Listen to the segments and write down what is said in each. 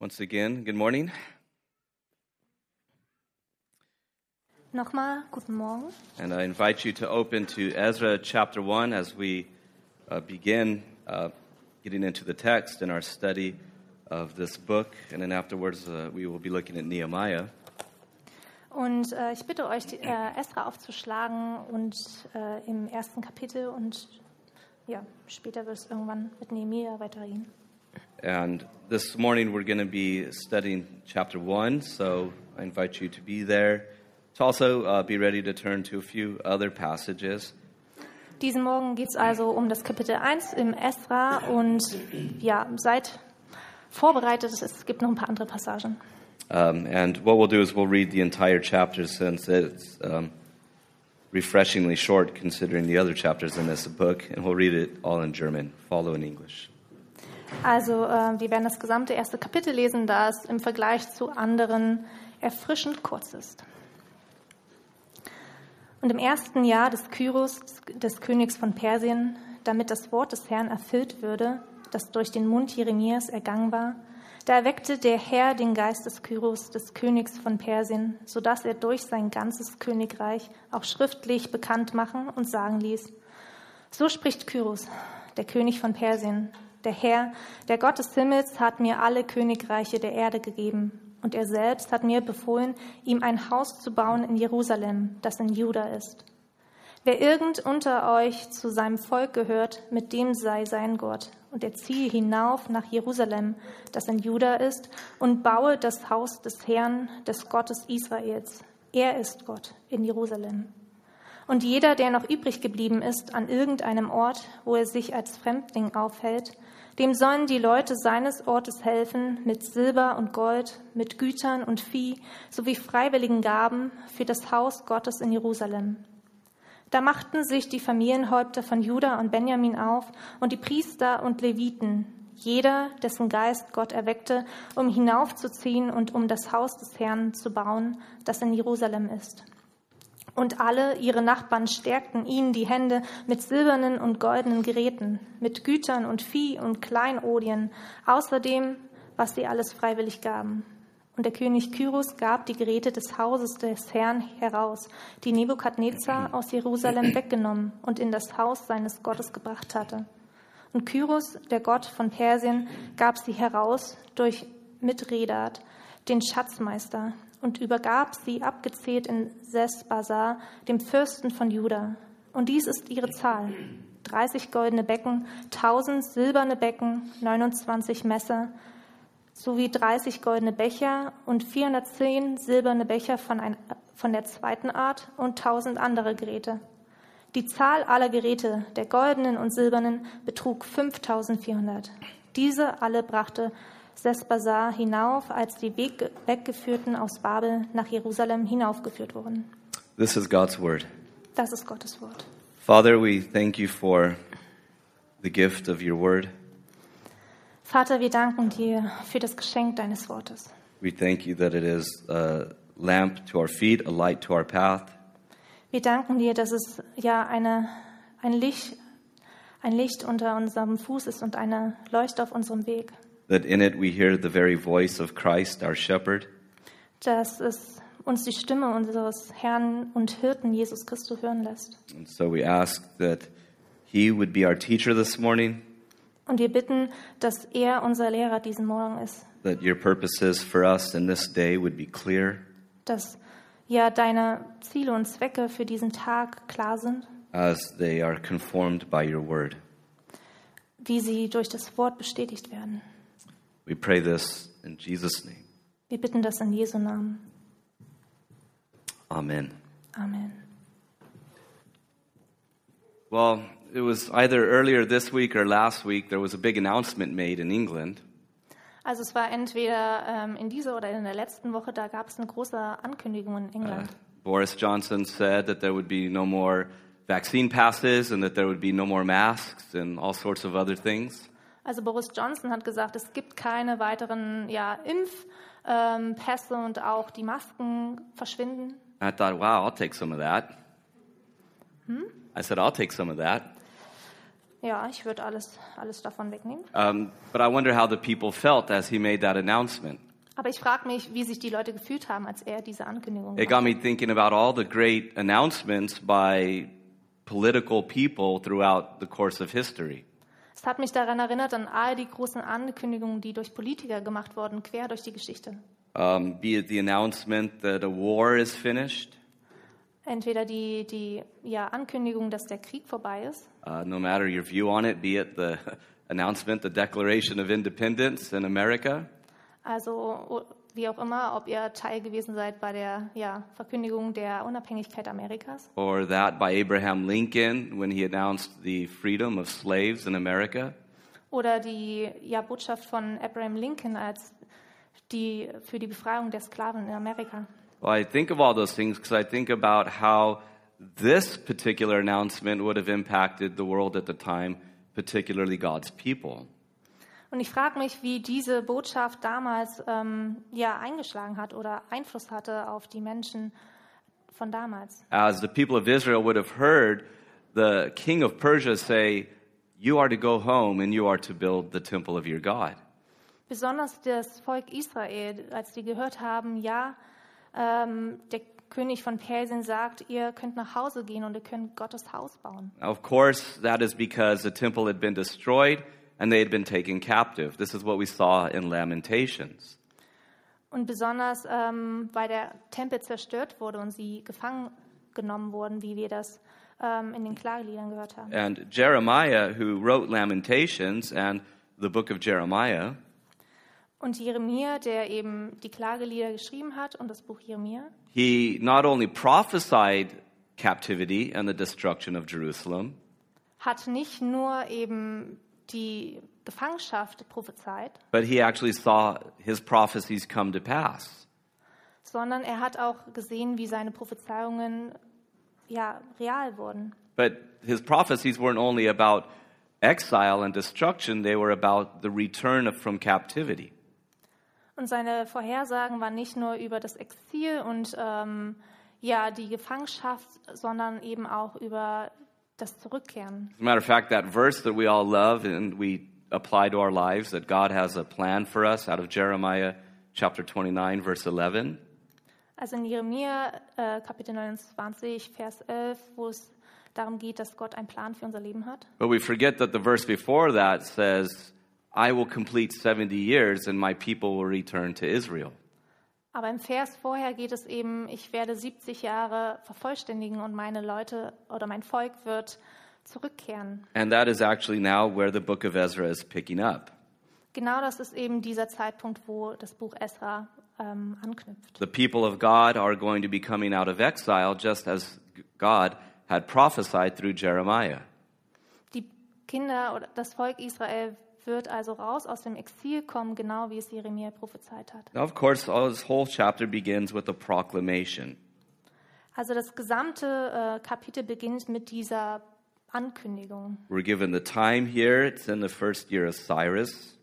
Once again, good morning. Nochmal guten Morgen. And I invite you to open to Ezra chapter 1 as we uh, begin uh, getting into the text in our study of this book. And then afterwards, uh, we will be looking at Nehemiah. Und äh, ich bitte euch, die, äh, Esra aufzuschlagen und äh, im ersten Kapitel und ja, später wird es irgendwann mit Nehemiah weitergehen. And this morning, we're going to be studying chapter 1. So I invite you to be there. To also uh, be ready to turn to a few other passages. Diesen Morgen geht es also um das Kapitel 1 im Esra und ja, seid vorbereitet, es gibt noch ein paar andere Passagen. Um, and what we'll do is we'll read the entire chapter since it's um, refreshingly short considering the other chapters in this book, and we'll read it all in German, follow in English. Also äh, wir werden das gesamte erste Kapitel lesen, da es im Vergleich zu anderen erfrischend kurz ist. Und im ersten Jahr des Kyros, des Königs von Persien, damit das Wort des Herrn erfüllt würde, das durch den Mund Jeremias ergangen war, da erweckte der Herr den Geist des Kyros, des Königs von Persien, so dass er durch sein ganzes Königreich auch schriftlich bekannt machen und sagen ließ, so spricht Kyros, der König von Persien. Der Herr, der Gott des Himmels, hat mir alle Königreiche der Erde gegeben. Und er selbst hat mir befohlen, ihm ein Haus zu bauen in Jerusalem, das in Juda ist. Wer irgend unter euch zu seinem Volk gehört, mit dem sei sein Gott. Und er ziehe hinauf nach Jerusalem, das in Juda ist, und baue das Haus des Herrn, des Gottes Israels. Er ist Gott in Jerusalem. Und jeder, der noch übrig geblieben ist an irgendeinem Ort, wo er sich als Fremdling aufhält, dem sollen die Leute seines Ortes helfen mit Silber und Gold, mit Gütern und Vieh sowie freiwilligen Gaben für das Haus Gottes in Jerusalem. Da machten sich die Familienhäupter von Juda und Benjamin auf und die Priester und Leviten, jeder, dessen Geist Gott erweckte, um hinaufzuziehen und um das Haus des Herrn zu bauen, das in Jerusalem ist. Und alle ihre Nachbarn stärkten ihnen die Hände mit silbernen und goldenen Geräten, mit Gütern und Vieh und Kleinodien, außerdem, was sie alles freiwillig gaben. Und der König Kyros gab die Geräte des Hauses des Herrn heraus, die Nebukadnezar aus Jerusalem weggenommen und in das Haus seines Gottes gebracht hatte. Und Kyros, der Gott von Persien, gab sie heraus durch Mitredat, den Schatzmeister, und übergab sie abgezählt in Sesbazar, dem Fürsten von Juda. Und dies ist ihre Zahl. 30 goldene Becken, 1000 silberne Becken, 29 Messer, sowie 30 goldene Becher und 410 silberne Becher von, ein, von der zweiten Art und 1000 andere Geräte. Die Zahl aller Geräte, der goldenen und silbernen, betrug 5400. Diese alle brachte Sesbazar hinauf, als die Weg Weggeführten aus Babel nach Jerusalem hinaufgeführt wurden. This is God's word. Das ist Gottes Wort. Father, we thank you for the gift of your word. Vater, wir danken dir für das Geschenk deines Wortes. We thank you that it is a lamp to our feet, a light to our path. Wir danken dir, dass es ja eine, ein, Licht, ein Licht unter unserem Fuß ist und eine Leuchte auf unserem Weg. That in it we hear the very voice of Christ, our shepherd, Dass es uns die Stimme unseres Herrn und Hirten Jesus Christus hören lässt. And so we ask that He would be our teacher this morning, Und wir bitten, dass er unser Lehrer diesen Morgen ist. that your purposes for us in this day would be clear, Dass ja deine Ziele und Zwecke für diesen Tag klar sind, as they are conformed by your word. wie sie durch das Wort bestätigt werden. We pray this in Jesus' name. Wir bitten das in Jesu Namen. Amen. Amen. Well, it was either earlier this week or last week, there was a big announcement made in England Also es war entweder ähm, in dieser oder in der letzten Woche, da gab es eine große Ankündigung in England. Boris Johnson said that there would be no more vaccine passes and that there would be no more masks and all sorts of other things. Also Boris Johnson hat gesagt, es gibt keine weiteren ja, Impfpässe ähm, Pässe und auch die Masken verschwinden. I thought, wow, I'll take some of that. I said, I'll take some of that. Ja, ich würde alles, alles davon wegnehmen. Um, but I wonder how the people felt as he made that announcement. Aber ich frage mich, wie sich die Leute gefühlt haben, als er diese Ankündigung It macht. got me thinking about all the great announcements by political people throughout the course of history. Es hat mich daran erinnert, an all die großen Ankündigungen, die durch Politiker gemacht wurden, quer durch die Geschichte. Um, be it the announcement that a war is finished, Entweder die, die ja, Ankündigung, dass der Krieg vorbei ist, uh, no matter your view on it, be it the announcement, the Declaration of Independence in America, also o- wie auch immer, ob ihr Teil gewesen seid bei der ja, Verkündigung der Unabhängigkeit Amerikas or that by Abraham Lincoln when he announced the freedom of slaves in America. oder die ja, Botschaft von Abraham Lincoln als die für die Befreiung der Sklaven in Amerika. Well, I think of all those things because I think about how this particular announcement would have impacted the world at the time, particularly God's people. Und ich frage mich, wie diese Botschaft damals ähm, ja eingeschlagen hat oder Einfluss hatte auf die Menschen von damals. As the people of Israel would have heard the king of Persia say, You are to go home and you are to build the temple of your God. Besonders das Volk Israel, als die gehört haben, ja, ähm, der König von Persien sagt, ihr könnt nach Hause gehen und ihr könnt Gottes Haus bauen. Now, of course, that is because the temple had been destroyed and they had been taken captive. This is what we saw in Lamentations. Und besonders, ähm, weil der Tempel zerstört wurde und sie gefangen genommen wurden, wie wir das ähm, in den Klageliedern gehört haben. And Jeremiah, who wrote Lamentations and the book of Jeremiah, Und Jeremia, der eben die Klagelieder geschrieben hat und das Buch Jeremia, he not only prophesied captivity and the destruction of Jerusalem, hat nicht nur eben die Gefangenschaft prophezeit, but he actually saw his prophecies come to pass. sondern er hat auch gesehen, wie seine Prophezeiungen ja real wurden. But his prophecies weren't only about exile and destruction, they were about the return of- from captivity. Und seine Vorhersagen waren nicht nur über das Exil und ähm, ja die Gefangenschaft, sondern eben auch über das Zurückkehren. As a matter of fact, that verse that we all love and we apply to our lives that God has a plan for us out of Jeremiah chapter 29, verse 11. Also in Jeremia äh, Kapitel 29 Vers 11, wo es darum geht, dass Gott einen Plan für unser Leben hat. But we forget that the verse before that says, I will complete 70 years and my people will return to Israel. Aber im Vers vorher geht es eben, ich werde 70 Jahre vervollständigen und meine Leute oder mein Volk wird zurückkehren. And that is actually now where the book of Ezra is picking up. Genau das ist eben dieser Zeitpunkt, wo das Buch Esra ähm, anknüpft. The people of God are going to be coming out of exile just as God had prophesied through Jeremiah. Die Kinder oder das Volk Israel wird also raus aus dem Exil kommen, genau wie es Jeremia prophezeit hat. Now, of course, all this whole chapter begins with a proclamation. Also das gesamte äh, Kapitel beginnt mit dieser Ankündigung. We're given the time here. It's in the first year of Cyrus.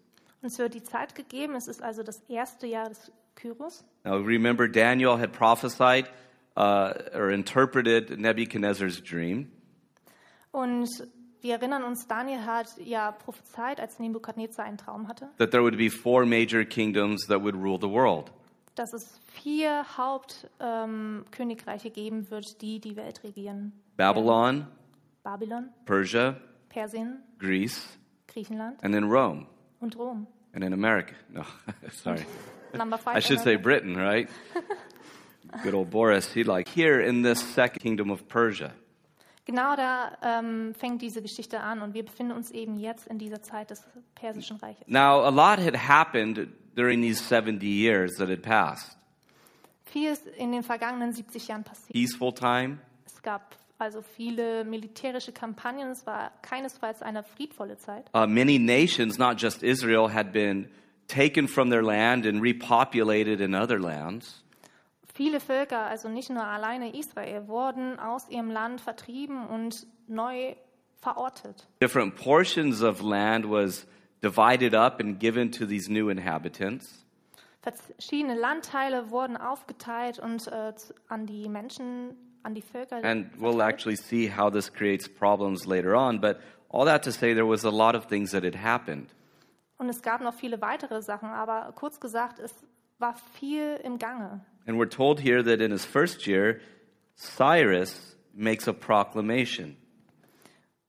Uns wird die Zeit gegeben, es ist also das erste Jahr des Kyros. Now, remember, Daniel had prophesied uh, or interpreted Nebuchadnezzar's dream. Und wir erinnern uns, Daniel hat ja prophezeit, als Nebukadnezar einen Traum hatte, that there would be four major kingdoms that would rule the world. dass es vier Hauptkönigreiche ähm, Königreiche geben wird, die die Welt regieren. Babylon, Babylon, Persia, Persien, Greece, Griechenland and then Rome, und Rom. and then America. No, sorry. Number five, I should say Britain, right? Good old Boris, he'd like here in this second kingdom of Persia. Genau da ähm, fängt diese Geschichte an und wir befinden uns eben jetzt in dieser Zeit des Persischen Reiches. Now, a lot had happened during these 70 years that had passed. Viel ist in den vergangenen 70 Jahren passiert. Peaceful time, Es gab also viele militärische Kampagnen, es war keinesfalls eine friedvolle Zeit. uh, many nations, not just Israel, had been taken from their land and repopulated in other lands. Viele Völker, also nicht nur alleine Israel, wurden aus ihrem Land vertrieben und neu verortet. different portions of land was divided up and given to these new inhabitants. Verschiedene Landteile wurden aufgeteilt und äh, zu- an die Menschen, an die Völker. And we'll verteilt. actually see how this creates problems later on, but All that to say, there was a lot of things that had happened. Und es gab noch viele weitere Sachen, aber kurz gesagt, es war viel im Gange. And we're told here that in his first year, Cyrus makes a proclamation.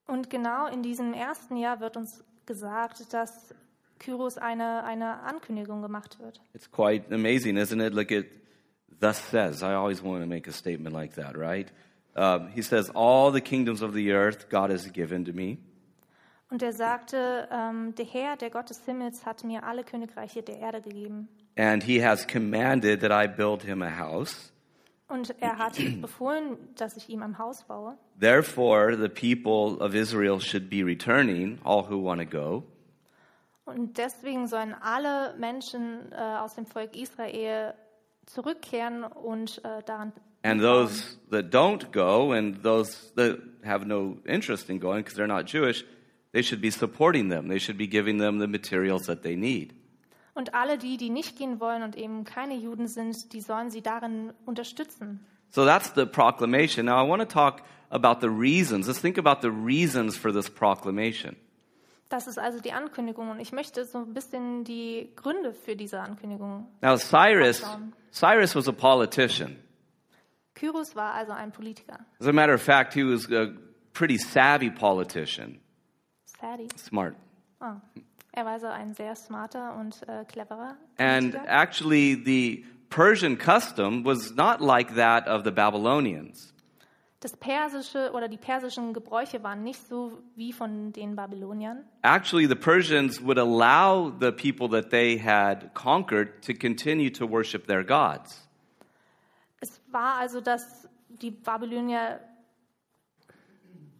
Und genau in diesem ersten Jahr wird uns gesagt, dass Kyros eine, eine Ankündigung gemacht wird. It's quite amazing, isn't it? Look at thus says. I always want to make a statement like that, right? Um, he says, All the kingdoms of the earth God has given to me. Und er sagte, ähm, der Herr, der Gott des Himmels, hat mir alle Königreiche der Erde gegeben. And he has commanded that I build him a house. Und er hat befohlen, dass ich ihm ein Haus baue. Therefore, the people of Israel should be returning, all who want to go, Und deswegen sollen alle Menschen äh, aus dem Volk Israel zurückkehren und äh, daran. and those that don't go, and those that have no interest in going because they're not Jewish, they should be supporting them. They should be giving them the materials that they need. Und alle die, die nicht gehen wollen und eben keine Juden sind, die sollen sie darin unterstützen. So that's the proclamation. Now I want to talk about the reasons. Let's think about the reasons for this proclamation. Das ist also die Ankündigung. Und ich möchte so ein bisschen die Gründe für diese Ankündigung. Now Cyrus Awesome. Cyrus was a politician. Kyros war also ein Politiker. As a matter of fact, he was a pretty savvy politician. Sadie. Smart. Ah, Er war also ein sehr smarter und äh, cleverer And Politiker. actually the Persian custom was not like that of the Babylonians. Das persische oder die persischen Gebräuche waren nicht so wie von den Babyloniern. Actually, the Persians would allow the people that they had conquered to continue to worship their gods. Es war also, dass die Babylonier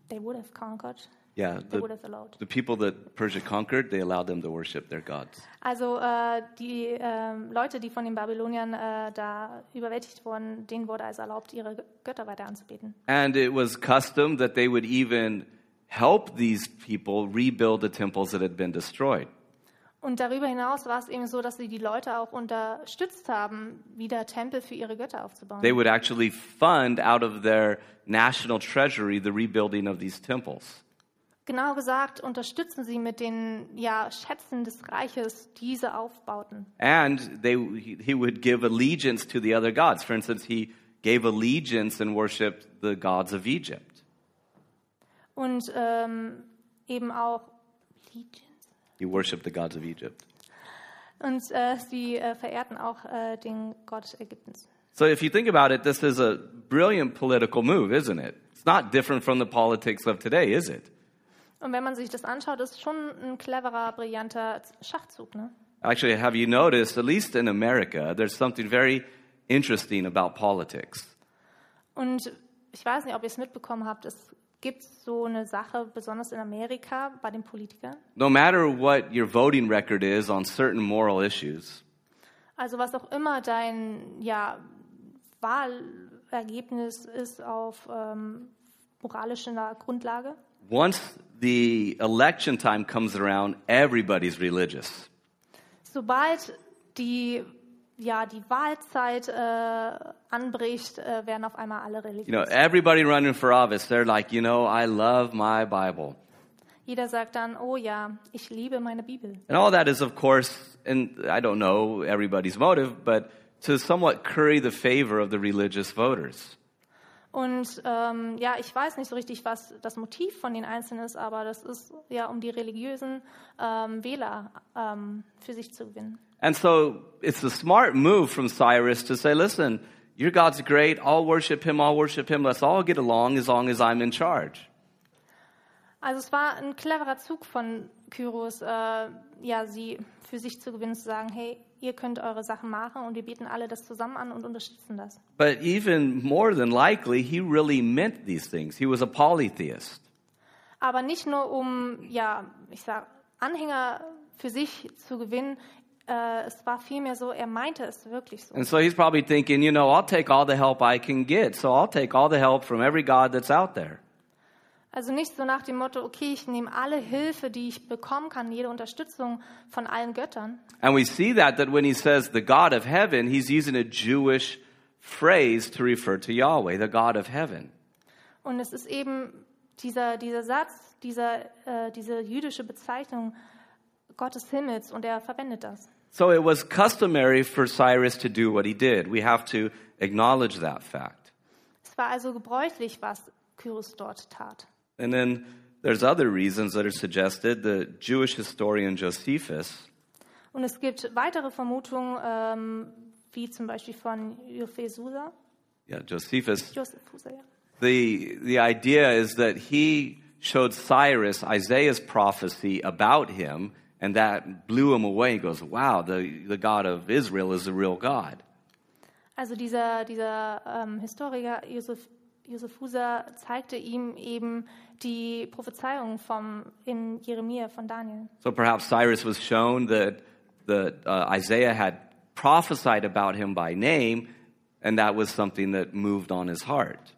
they would have conquered, Yeah, they the- would have allowed. the people that Persia conquered, they allowed them to worship their gods. Also äh, die ähm, Leute, die von den Babyloniern äh, da überwältigt wurden, denen wurde also erlaubt, ihre Götter weiter anzubeten. And it was custom that they would even help these people rebuild the temples that had been destroyed. Und darüber hinaus war es eben so, dass sie die Leute auch unterstützt haben, wieder Tempel für ihre Götter aufzubauen. They would actually fund out of their national treasury the rebuilding of these temples. Genau gesagt, unterstützen sie mit den ja, Schätzen des Reiches diese Aufbauten. And they, he would give allegiance to the other gods. For instance, he gave allegiance and worshiped the gods of Egypt. Und ähm, eben auch He worshiped the gods of Egypt. Und äh, sie äh, verehrten auch äh, den Gott Ägyptens. So if you think about it, this is a brilliant political move, isn't it? It's not different from the politics of today, is it? Und wenn man sich das anschaut, ist schon ein cleverer, brillanter Schachzug. Ne? Actually, have you noticed, at least in America, there's something very interesting about politics. Und ich weiß nicht, ob ihr es mitbekommen habt, es gibt so eine Sache, besonders in Amerika, bei den Politikern. No matter what your voting record is on certain moral issues, Also was auch immer dein ja, Wahlergebnis ist auf ähm, moralischer Grundlage. once the election time comes around, everybody's religious. Sobald die, ja, die Wahlzeit äh, anbricht, äh, werden auf einmal alle religiös. You know, everybody running for office, they're like, you know, I love my Bible. Jeder sagt dann, oh ja, ich liebe meine Bibel. And all that is, of course, and I don't know everybody's motive, but to somewhat curry the favor of the religious voters. Und ähm, ja, ich weiß nicht so richtig, was das Motiv von den Einzelnen ist, aber das ist ja, um die religiösen ähm, Wähler ähm, für sich zu gewinnen. And so it's a smart move from Cyrus to say, listen, your God's great. I'll worship him. I'll worship him. Let's all get along as long as I'm in charge. Also es war ein cleverer Zug von Kyros, äh, ja, sie für sich zu gewinnen, zu sagen, hey, ihr könnt eure Sachen machen und wir bieten alle das zusammen an und unterstützen das. But even more than likely, he really meant these things. He was a polytheist. Aber nicht nur um, ja, ich sag, Anhänger für sich zu gewinnen, äh, es war vielmehr so, er meinte es wirklich so. And so he's probably thinking, you know, I'll take all the help I can get. So I'll take all the help from every God that's out there. Also nicht so nach dem Motto, okay, ich nehme alle Hilfe, die ich bekommen kann, jede Unterstützung von allen Göttern. And we see that, that when he says the God of heaven, he's using a Jewish phrase to refer to Yahweh, the God of heaven. Und es ist eben dieser, dieser Satz, dieser, äh, diese jüdische Bezeichnung Gottes Himmels und er verwendet das. So it was customary for Cyrus to do what he did. We have to acknowledge that fact. Es war also gebräuchlich, was Kyros dort tat. And then there's other reasons that are suggested. The Jewish historian Josephus Und es gibt weitere Vermutungen, ähm, wie zum Beispiel von Jophesusa. Yeah, Josephus. Josephusa, ja. The, the idea is that he showed Cyrus Isaiah's prophecy about him, and that blew him away. He goes, Wow, the, the God of Israel is the real God. Also dieser, dieser ähm, Historiker Josef, Josephusa zeigte ihm eben die Prophezeiung vom, in Jeremia von Daniel. So perhaps Cyrus was shown that, that uh, Isaiah had prophesied about him by name, and that was something that moved on his heart.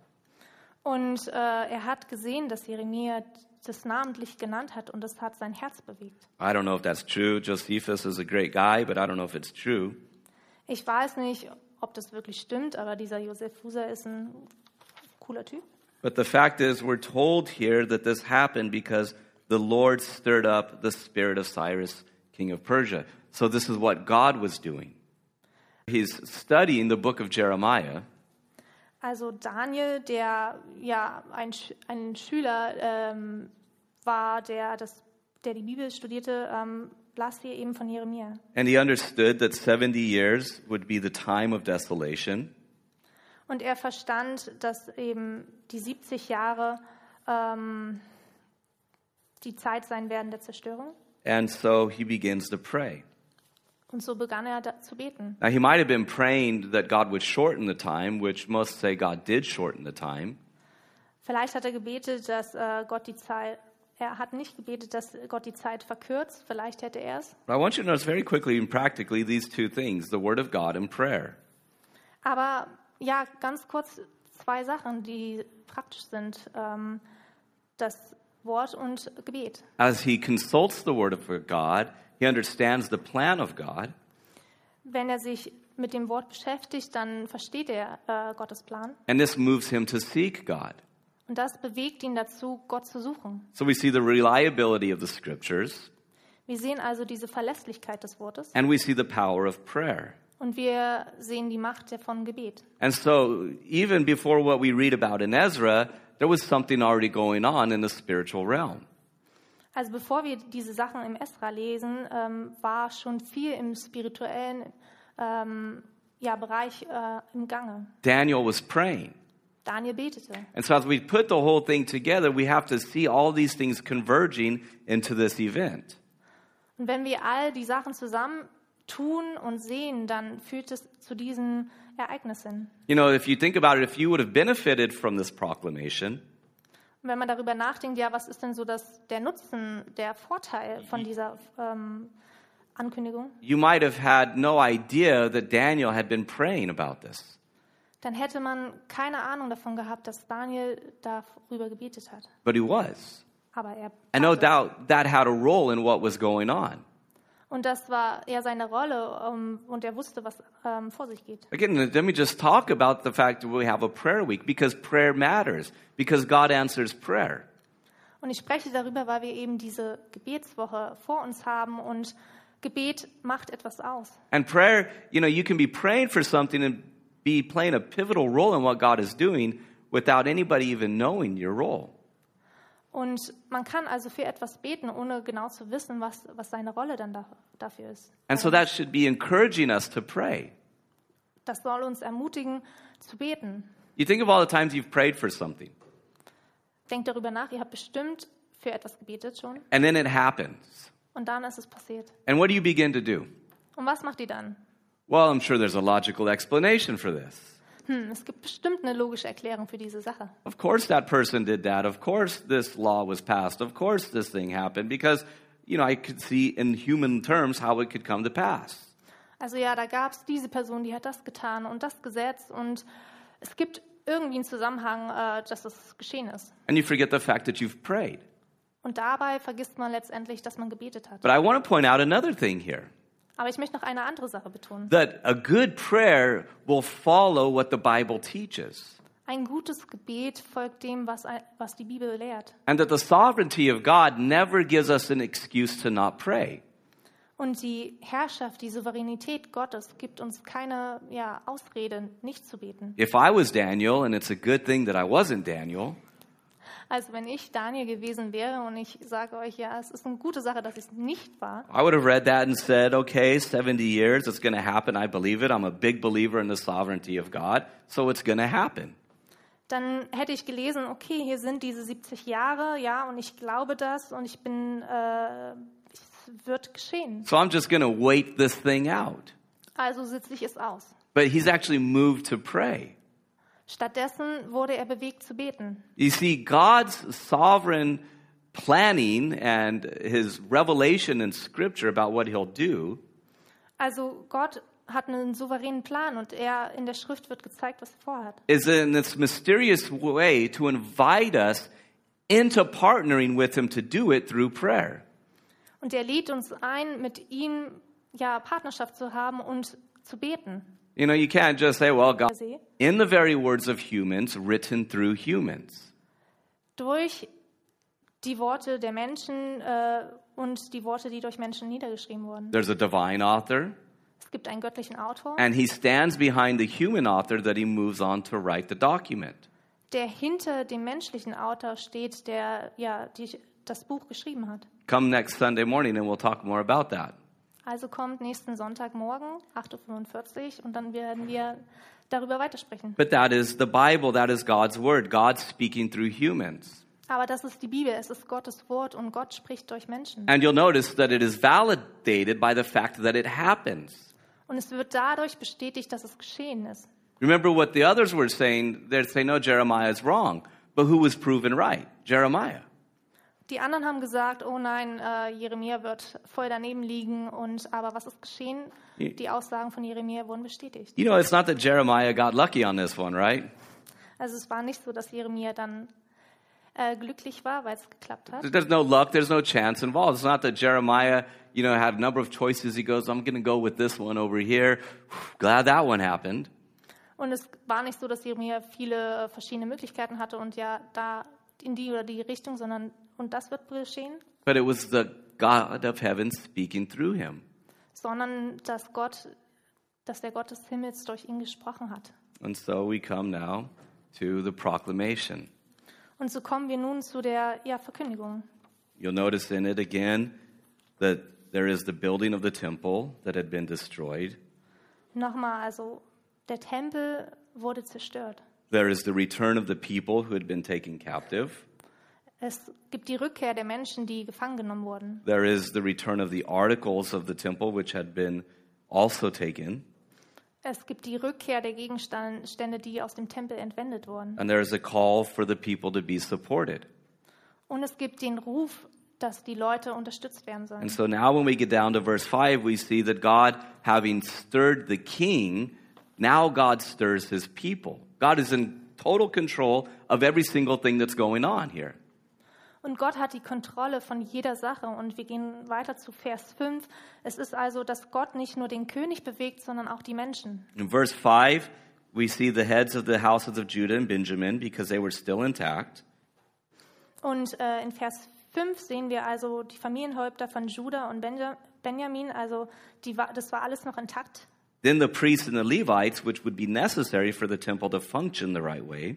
Und äh, er hat gesehen, dass Jeremia das namentlich genannt hat und das hat sein Herz bewegt. I don't know if that's true. Josephus is a great guy, but I don't know if it's true. Ich weiß nicht, ob das wirklich stimmt, aber dieser Josephusa ist ein cooler Typ. But the fact is, we're told here that this happened because the Lord stirred up the spirit of Cyrus, king of Persia. So this is what God was doing. He's studying the book of Jeremiah, Also Daniel, der ja ein, Sch ein Schüler ähm, war, der, das, der die Bibel studierte, ähm, las hier eben von Jeremia. and he understood that 70 years would be the time of desolation, Und er verstand, dass eben die 70 Jahre ähm, die Zeit sein werden der Zerstörung. and so he begins to pray. Und so begann er da, zu beten. Now, he might have been praying that God would shorten the time, which most say God did shorten the time, Vielleicht hat er gebetet, dass äh, Gott die Zeit, er hat nicht gebetet, dass Gott die Zeit verkürzt. Vielleicht hätte er es. But I want you to notice very quickly and practically these two things the Word of God and prayer. Aber ja, ganz kurz zwei Sachen, die praktisch sind. Ähm, das Wort und Gebet. As he consults the Word of God, he understands the plan of God, Wenn er sich mit dem Wort beschäftigt, dann versteht er äh, Gottes Plan. and this moves him to seek God. Und das bewegt ihn dazu, Gott zu suchen. So we see the reliability of the Scriptures, Wir sehen also diese Verlässlichkeit des Wortes and we see the power of prayer. und wir sehen die Macht der- von Gebet. And so, even before what we read about in Ezra, there was something already going on in the spiritual realm. Also bevor wir diese Sachen im Esra lesen, ähm, war schon viel im spirituellen ähm, ja, Bereich äh, im Gange. Daniel was praying. Daniel betete. And so, as we put the whole thing together, we have to see all these things converging into this event. Und wenn wir all die Sachen zusammen tun und sehen, dann führt es zu diesen Ereignissen. You know, if you think about it, if you would have benefited from this proclamation, Und wenn man darüber nachdenkt, ja, was ist denn so das, der Nutzen, der Vorteil von dieser ähm, Ankündigung, you might have had no idea that Daniel had been praying about this. dann hätte man keine Ahnung davon gehabt, dass Daniel darüber gebetet hat. But he was. Aber er And no doubt that had a role in what was going on. und das war eher seine Rolle ähm, und er wusste, was ähm, vor sich geht. Again, let me just talk about the fact that we have a prayer week because prayer matters, because God answers prayer. Und ich spreche darüber, weil wir eben diese Gebetswoche vor uns haben und Gebet macht etwas aus. And prayer, you know, you can be praying for something and be playing a pivotal role in what God is doing without anybody even knowing your role. Und man kann also für etwas beten, ohne genau zu wissen, was, was seine Rolle dann da, dafür ist. And so that should be encouraging us to pray. Das soll uns ermutigen, zu beten. You think of all the times you've prayed for something, Denkt darüber nach, ihr habt bestimmt für etwas gebetet schon and then it happens. und dann ist es passiert. And what do you begin to do? Und was macht ihr dann? Well, I'm sure there's a logical explanation for this. Hm, es gibt bestimmt eine logische Erklärung für diese Sache. Of course, that person did that. Of course, this law was passed. Of course, this thing happened because, you know, I could see in human terms how it could come to pass. Also ja, da gab es diese Person, die hat das getan und das Gesetz und es gibt irgendwie einen Zusammenhang, äh, dass das geschehen ist. And you forget the fact that you've prayed. Und dabei vergisst man letztendlich, dass man gebetet hat. But I want to point out another thing here Aber ich möchte noch eine andere Sache betonen. that a good prayer will follow what the Bible teaches. Ein gutes Gebet folgt dem, was, ein- was die Bibel lehrt. and that the sovereignty of God never gives us an excuse to not pray. Und die Herrschaft, die Souveränität Gottes gibt uns keine ja, Ausrede, nicht zu beten. If I was Daniel, and it's a good thing that I wasn't Daniel, Also wenn ich Daniel gewesen wäre und ich sage euch, ja, es ist eine gute Sache, dass ich es nicht war, I would have read that and said, okay, 70 years, it's going to happen. I believe it. I'm a big believer in the sovereignty of God, so it's going to happen. dann hätte ich gelesen, okay, hier sind diese 70 Jahre, ja, und ich glaube das und ich bin, äh, es wird geschehen. So I'm just going to wait this thing out. Also sitze ich es aus. But he's actually moved to pray. Stattdessen wurde er bewegt zu beten. You see, God's sovereign planning and his revelation in Scripture about what he'll do Also Gott hat einen souveränen Plan und er in der Schrift wird gezeigt, was er vorhat. is in this mysterious way to invite us into partnering with him to do it through prayer. Und er lädt uns ein, mit ihm ja Partnerschaft zu haben und zu beten. You know, you can't just say, well, God, See? in the very words of humans, written through humans. Durch die Worte der Menschen äh, und die Worte, die durch Menschen niedergeschrieben wurden. There's a divine author, Es gibt einen göttlichen Autor, and he stands behind the human author that he moves on to write the document. der hinter dem menschlichen Autor steht, der ja die, das Buch geschrieben hat. Come next Sunday morning, and we'll talk more about that. Also kommt nächsten Sonntagmorgen, 8.45 Uhr, und dann werden wir darüber weitersprechen. But that is the Bible, that is God's word, God speaking through humans. Aber das ist die Bibel, es ist Gottes Wort und Gott spricht durch Menschen. And you'll notice that it is validated by the fact that it happens. Und es wird dadurch bestätigt, dass es geschehen ist. Remember what the others were saying? They'd say, no, Jeremiah is wrong. But who was proven right? Jeremiah. Die anderen haben gesagt, oh nein, äh, Jeremia wird voll daneben liegen. Und aber was ist geschehen? Je- Die Aussagen von Jeremia wurden bestätigt. You know, it's not that Jeremiah got lucky on this one, right? Also es war nicht so, dass Jeremia dann äh, glücklich war, weil es geklappt hat. There's no luck, there's no chance involved. It's not that Jeremiah, you know, had a number of choices. He goes, I'm going to go with this one over here. Glad that one happened. Und es war nicht so, dass Jeremia viele verschiedene Möglichkeiten hatte und ja da in die oder die Richtung, sondern und das wird geschehen, But it was the God of heaven speaking through him. sondern dass Gott, dass der Gott des Himmels durch ihn gesprochen hat. And so we come now to the proclamation. Und so kommen wir nun zu der ja, Verkündigung. You'll notice in it again that there is the building of the temple that had been destroyed. Nochmal, also der Tempel wurde zerstört. There is the return of the people who had been taken captive. Es gibt die Rückkehr der Menschen, die gefangen genommen wurden. There is the return of the articles of the temple, which had been also taken. Es gibt die Rückkehr der Gegenstände, die aus dem Tempel entwendet wurden. And there is a call for the people to be supported. Und es gibt den Ruf, dass die Leute unterstützt werden And sollen. so now, when we get down to verse 5, we see that God, having stirred the king, now God stirs his people. God is in total control of every single thing that's going on here. Und Gott hat die Kontrolle von jeder Sache. Und wir gehen weiter zu Vers 5. Es ist also, dass Gott nicht nur den König bewegt, sondern auch die Menschen. In verse 5, we see the heads of the houses of Judah and Benjamin because they were still intact. Und äh, in Vers 5 sehen wir also die Familienhäupter von Judah und Benja Benjamin. Also die, wa- das war alles noch intakt. Then the priests and the Levites, which would be necessary for the temple to function the right way.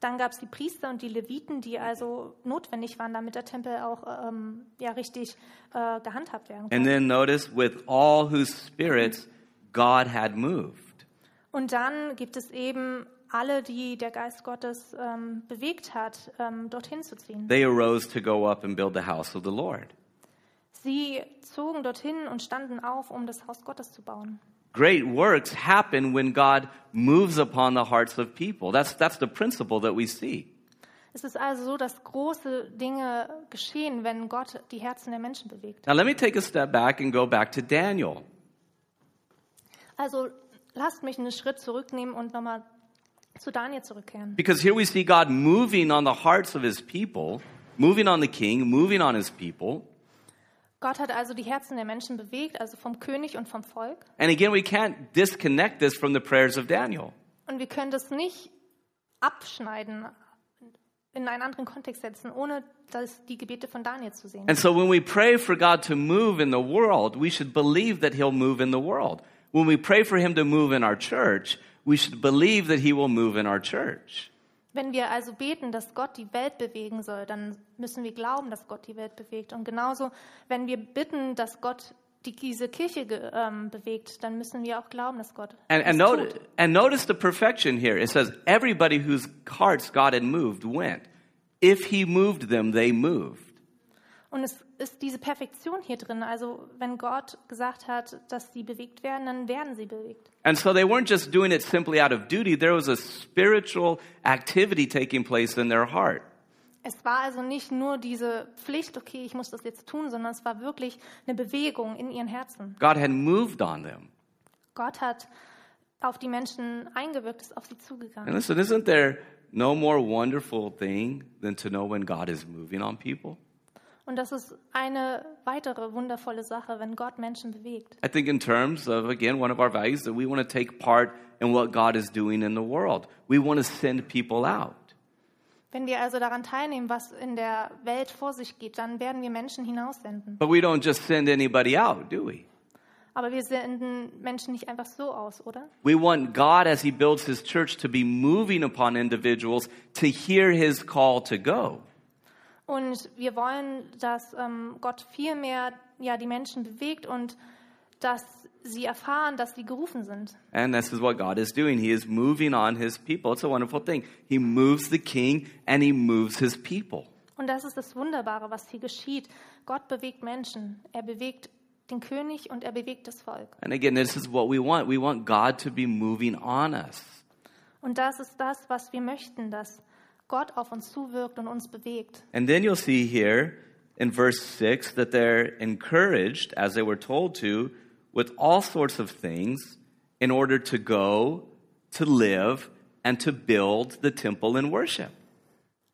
Dann gab es die Priester und die Leviten, die also notwendig waren, damit der Tempel auch ähm, ja, richtig äh, gehandhabt werden And kann. then notice, with all whose spirits God had moved. Und dann gibt es eben alle, die der Geist Gottes ähm, bewegt hat, ähm, dorthin zu ziehen. They arose to go up and build the house of the Lord. Sie zogen dorthin und standen auf, um das Haus Gottes zu bauen. Great works happen when God moves upon the hearts of people. That's, that's the principle that we see. Es ist also so, dass große Dinge geschehen, wenn Gott die Herzen der Menschen bewegt. Now, let me take a step back and go back to Daniel. Also lasst mich einen Schritt zurücknehmen und nochmal zu Daniel zurückkehren. Because here we see God moving on the hearts of his people, moving on the king, moving on his people. Gott hat also die Herzen der Menschen bewegt, also vom König und vom Volk. And again, we can't disconnect this from the prayers of Daniel. Und wir können das nicht abschneiden, in einen anderen Kontext setzen, ohne das, die Gebete von Daniel zu sehen. And so when we pray for God to move in the world, we should believe that He'll move in the world. When we pray for Him to move in our church, we should believe that He will move in our church. Wenn wir also beten, dass Gott die Welt bewegen soll, dann müssen wir glauben, dass Gott die Welt bewegt. Und genauso, wenn wir bitten, dass Gott die, diese Kirche ge- ähm, bewegt, dann müssen wir auch glauben, dass Gott And, es and, tut. notice, and notice the perfection here. It says, everybody whose hearts God had moved went. If He moved them, they moved. Und es ist diese Perfektion hier drin. Also wenn Gott gesagt hat, dass sie bewegt werden, dann werden sie bewegt. And so they weren't just doing it simply out of duty, there was a spiritual activity taking place in their heart. Es war also nicht nur diese Pflicht, okay, ich muss das jetzt tun, sondern es war wirklich eine Bewegung in ihren Herzen. God had moved on them. Gott hat auf die Menschen eingewirkt, ist auf sie zugegangen. And listen, isn't there no more wonderful thing than to know when God is moving on people? Und das ist eine weitere wundervolle Sache, wenn Gott Menschen bewegt. I think, in terms of, again, one of our values, that we want to take part in what God is doing in the world. We want to send people out. Wenn wir also daran teilnehmen, was in der Welt vor sich geht, dann werden wir Menschen hinaussenden. But we don't just send anybody out, do we? Aber wir senden Menschen nicht einfach so aus, oder? We want God, as He builds His church, to be moving upon individuals to hear His call to go. Und wir wollen, dass ähm, Gott viel mehr ja, die Menschen bewegt und dass sie erfahren, dass sie gerufen sind. And this is what God is doing. He is moving on His people. It's a wonderful thing. He moves the king and He moves His people. Und das ist das Wunderbare, was hier geschieht. Gott bewegt Menschen. Er bewegt den König und er bewegt das Volk. And again, this is what we want. We want God to be moving on us. Und das ist das, was wir möchten, dass Gott auf uns zuwirkt und uns bewegt. And then you'll see here in verse 6 that they're encouraged, as they were told to, with all sorts of things in order to go, to live, and to build the temple and worship.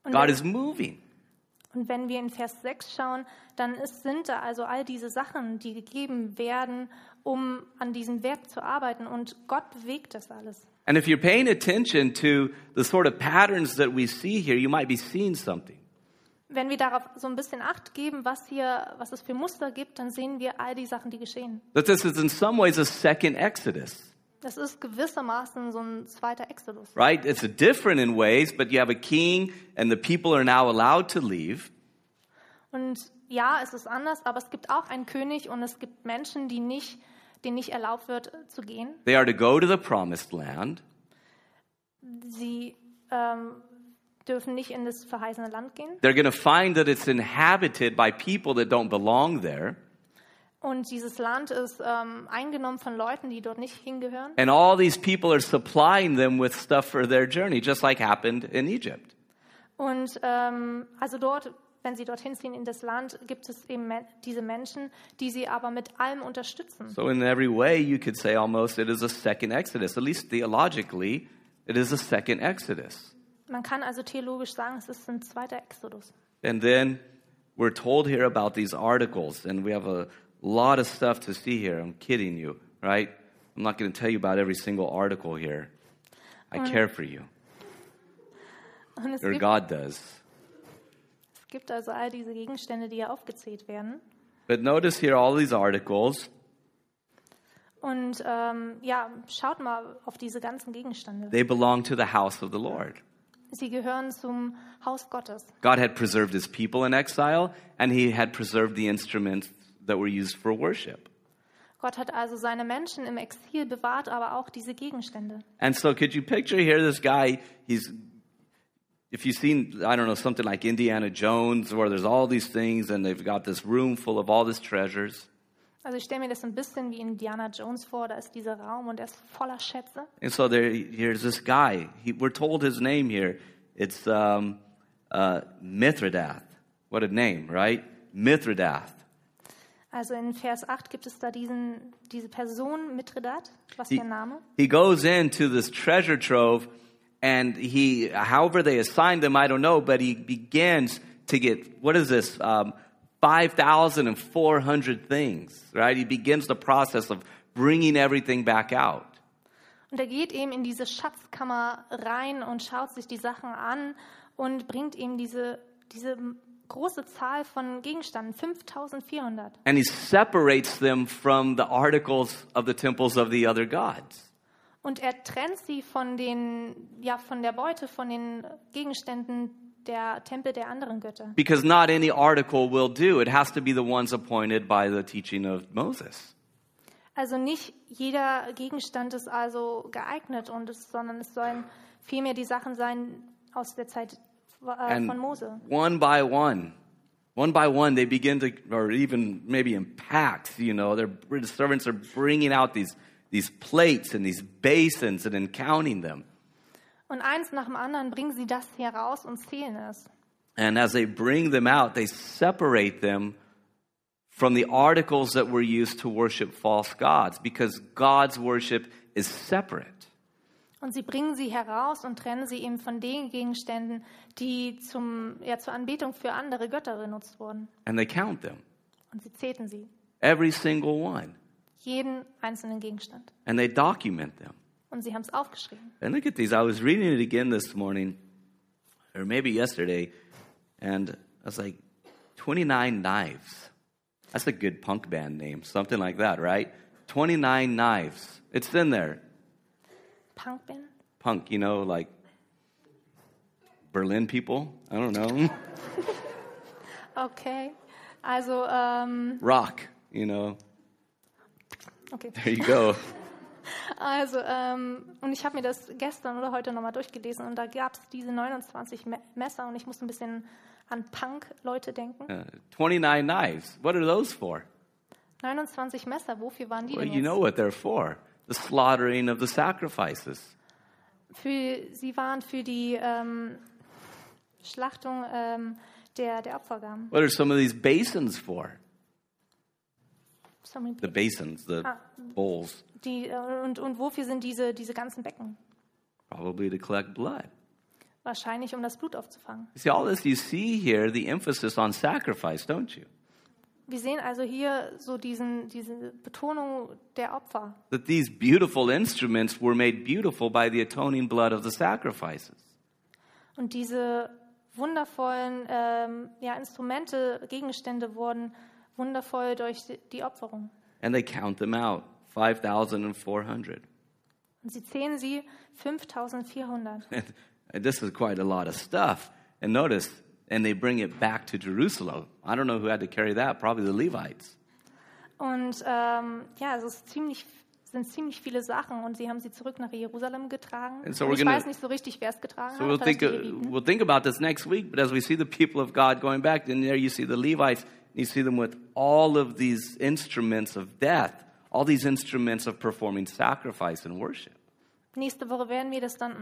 Und God wenn- is moving. Und wenn wir in Vers 6 schauen, dann ist, sind da also all diese Sachen, die gegeben werden, um an diesem Werk zu arbeiten. Und Gott bewegt das alles. And if you're paying attention to the sort of patterns that we see here, you might be seeing something. Wenn wir darauf so ein bisschen Acht geben, was, hier, was es für Muster gibt, dann sehen wir all die Sachen, die geschehen. That this is in some ways a second Exodus. Das ist gewissermaßen so ein zweiter Exodus. right? It's different in ways, but you have a king and the people are now allowed to leave. Und ja, es ist anders, aber es gibt auch einen König und es gibt Menschen, die nicht, denen nicht erlaubt wird zu gehen. They are to go to the promised land, Sie ähm, dürfen nicht in das verheißene Land gehen. they're going to find that it's inhabited by people that don't belong there. Und dieses Land ist ähm, eingenommen von Leuten, die dort nicht hingehören. And all these people are supplying them with stuff for their journey, just like happened in Egypt. Und ähm, also dort, wenn sie dorthin ziehen in das Land, gibt es eben men diese Menschen, die sie aber mit allem unterstützen. So, in every way, you could say almost it is a second Exodus. At least theologically, it is a second Exodus. Man kann also theologisch sagen, es ist ein zweiter Exodus. And then we're told here about these articles, and we have a lot of stuff to see here. I'm kidding you, right? I'm not going to tell you about every single article here. I care for you, Und es or gibt, God does. es gibt also all diese Gegenstände, die hier aufgezählt werden. But notice here all these articles, Und ähm, ja, schaut mal auf diese ganzen Gegenstände. they belong to the house of the Lord. Sie gehören zum Haus Gottes. God had preserved his people in exile, and he had preserved the instruments that were used for worship. Gott hat also seine Menschen im Exil bewahrt, aber auch diese Gegenstände. And so, could you picture here this guy? He's, if you've seen, I don't know, something like Indiana Jones, where there's all these things and they've got this room full of all these treasures. Also ich stelle mir das ein bisschen wie Indiana Jones vor, da ist dieser Raum und er ist voller Schätze. And so, there, here's this guy. He, we're told his name here. It's um, uh, Mithridath. What a name, right? Mithridath. Also in Vers 8 gibt es da diesen, diese Person Mithridat, was He, für ein Name. he goes into this treasure trove and he, however they assigned them, I don't know, but he begins to get, what is this, um, 5,400 things, right? He begins the process of bringing everything back out. Und er geht eben in diese Schatzkammer rein und schaut sich die Sachen an und bringt eben diese, diese große Zahl von Gegenständen, 5400. and he separates them from the articles of the temples of the other gods. Und er trennt sie von, den, ja, von der Beute, von den Gegenständen der Tempel der anderen Götter. Because not any article will do. It has to be the ones appointed by the teaching of Moses. Also nicht jeder Gegenstand ist also geeignet, und es, sondern es sollen vielmehr die Sachen sein aus der Zeit äh, And von Mose. one by one, one by one, they begin to, or even maybe in packs, you know, their the servants are bringing out these, these plates and these basins and then counting them. Und eins nach dem anderen bringen sie das hier raus und zählen es. And as they bring them out, they separate them from the articles that were used to worship false gods because God's worship is separate. Und sie bringen sie heraus und trennen sie eben von den Gegenständen, die zum, ja, zur Anbetung für andere Götter benutzt wurden. And they count them, Und sie zählten sie, every single one, jeden einzelnen Gegenstand. and they document them. Und sie haben es aufgeschrieben. And look at these. I was reading it again this morning, or maybe yesterday, and I was like, 29 Knives. That's a good punk band name, something like that, right? 29 Knives. It's in there. Punkband? Punk, you know, like Berlin people? I don't know. Okay. Also, ähm, Rock, you know. okay. There you go. Also, ähm, und ich habe mir das gestern oder heute nochmal durchgelesen und da gab es diese 29 Me Messer und ich muss ein bisschen an Punk-Leute denken. Uh, 29 Knives. What are those for? 29 Messer, wofür waren die Well, denn you jetzt? know what they're for the slaughtering of the sacrifices. Für, sie waren für die ähm, Schlachtung ähm, der, der Opfergaben. What are some of these basins for? Sorry. the basins, the Ah. bowls, Die, äh, und, und wofür sind diese, diese ganzen Becken? probably to collect blood. Wahrscheinlich, um das Blut aufzufangen. You see, all this you see here, the emphasis on sacrifice, don't you? Wir sehen also hier so diesen, diese Betonung der Opfer. That these beautiful instruments were made beautiful by the atoning blood of the sacrifices. Und diese wundervollen ähm, ja, Instrumente, Gegenstände wurden wundervoll durch die- die Opferung. And they count them out 5,400. Und sie zählen sie 5400. And this is quite a lot of stuff. And notice, and they bring it back to Jerusalem. I don't know who had to carry that, probably the Levites. Und ähm, ja, es ist ziemlich, sind ziemlich viele Sachen und sie haben sie zurück nach Jerusalem getragen. And so Und we're ich gonna- weiß nicht so richtig, wer es getragen So hat. we'll think, vielleicht die Leviten. we'll think about this next week, but as we see the people of God going back, then there you see the Levites, and you see them with all of these instruments of death, all these instruments of performing sacrifice and worship. Nächste Woche werden wir das dann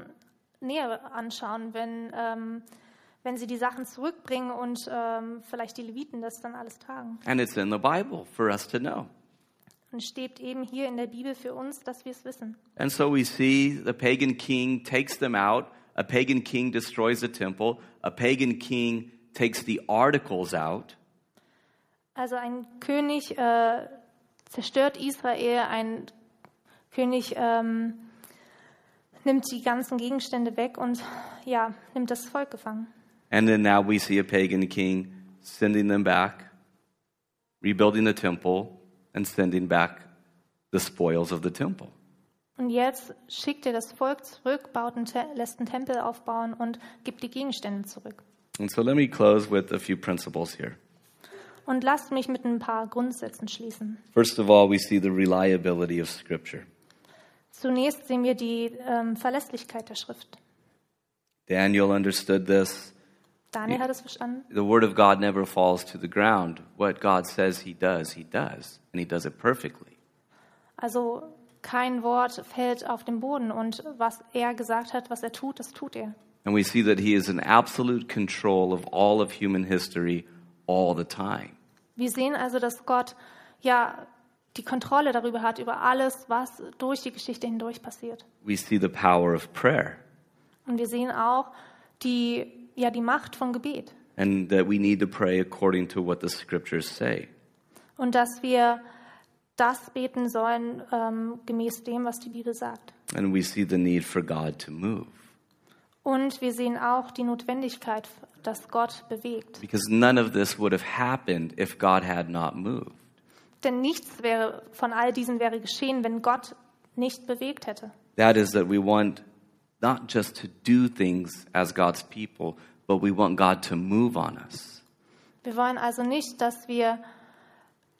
näher anschauen, wenn, ähm, wenn sie die Sachen zurückbringen und ähm, vielleicht die Leviten das dann alles tragen. And it's in the Bible for us to know. Und steht eben hier in der Bibel für uns, dass wir es wissen. And so we see the pagan king takes them out, a pagan king destroys the temple, a pagan king takes the articles out, Also ein König äh, zerstört Israel, ein König ähm, nimmt die ganzen Gegenstände weg und ja, nimmt das Volk gefangen. and then now we see a pagan king sending them back, rebuilding the temple, and sending back the spoils of the temple. Und jetzt schickt er das Volk zurück, baut einen Te lässt einen Tempel aufbauen und gibt die Gegenstände zurück. And so let me close with a few principles here. Und lasst mich mit ein paar Grundsätzen schließen. First of all, we see the reliability of Scripture. Zunächst sehen wir die ähm, Verlässlichkeit der Schrift. Daniel understood this. Daniel hat es verstanden. The Word of God never falls to the ground. What God says He does, He does, and He does it perfectly. Also kein Wort fällt auf den Boden und was er gesagt hat, was er tut, das tut er. And we see that He is in absolute control of all of human history all the time. Wir sehen also, dass Gott ja die Kontrolle darüber hat, über alles, was durch die Geschichte hindurch passiert. We see the power of prayer. Und wir sehen auch die, ja, die Macht von Gebet and that we need to pray according to what the scriptures say. und dass wir das beten sollen, ähm, gemäß dem, was die Bibel sagt. And we see the need for God to move Und wir sehen auch die Notwendigkeit, dass Gott bewegt. because none of this would have happened if God had not moved. Denn nichts wäre, von all diesen wäre geschehen, wenn Gott nicht bewegt hätte. That is, that we want not just to do things as God's people, but we want God to move on us. Wir wollen also nicht, dass wir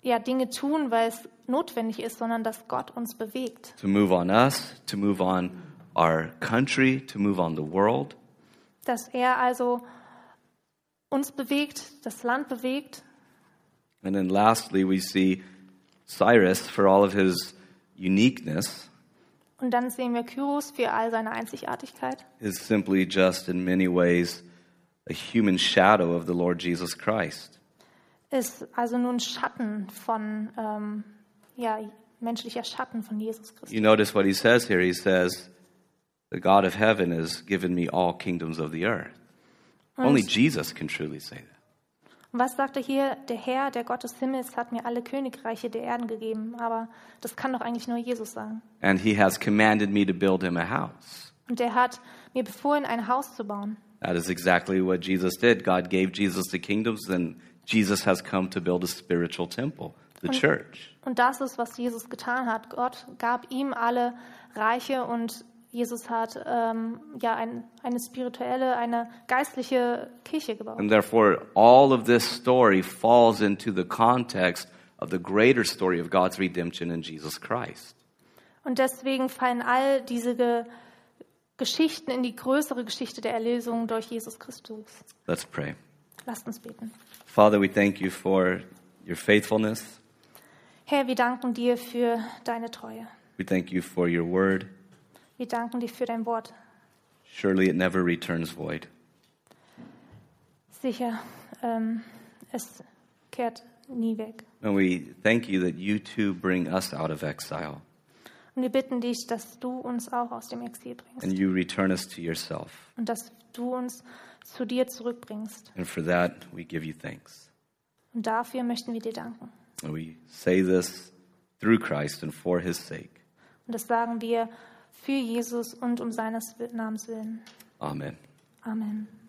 ja, Dinge tun, weil es notwendig ist, sondern dass Gott uns bewegt. To move on us, to move on our country, to move on the world. Dass er also uns bewegt, das Land bewegt. And then lastly, we see Cyrus for all of his uniqueness Und dann sehen wir Kyros für all seine Einzigartigkeit. is simply just in many ways a human shadow of the Lord Jesus Christ. Ist also nur ein Schatten von, ähm, ja, menschlicher Schatten von Jesus Christus. You notice what he says here. He says, The God of heaven has given me all kingdoms of the earth. Only Jesus can truly say that. Und was sagt er hier? Der Herr, der Gott des Himmels, hat mir alle Königreiche der Erden gegeben. Aber das kann doch eigentlich nur Jesus sagen. And he has commanded me to build him a house. Und er hat mir befohlen, ein Haus zu bauen. That is exactly what Jesus did. God gave Jesus the kingdoms, and Jesus has come to build a spiritual temple, the church. Und das ist, was Jesus getan hat. Gott gab ihm alle Reiche und Jesus hat ähm, ja ein, eine spirituelle, eine geistliche Kirche gebaut. And therefore, all of this story falls into the context of the greater story of God's redemption in Jesus Christ. Und deswegen fallen all diese Ge Geschichten in die größere Geschichte der Erlösung durch Jesus Christus. Let's pray. Lasst uns beten. Father, we thank you for your faithfulness. Herr, wir danken dir für deine Treue. We thank you for your word. Wir danken dir für dein Wort. Surely it never returns void. Sicher, ähm, es kehrt nie weg. And we thank you that you too bring us out of exile Und wir bitten dich, dass du uns auch aus dem Exil bringst. and you return us to yourself. und dass du uns zu dir zurückbringst. And for that, we give you thanks. Und dafür möchten wir dir danken. And we say this through Christ and for his sake. Und das sagen wir für Jesus und um seines Namens willen. Amen. Amen.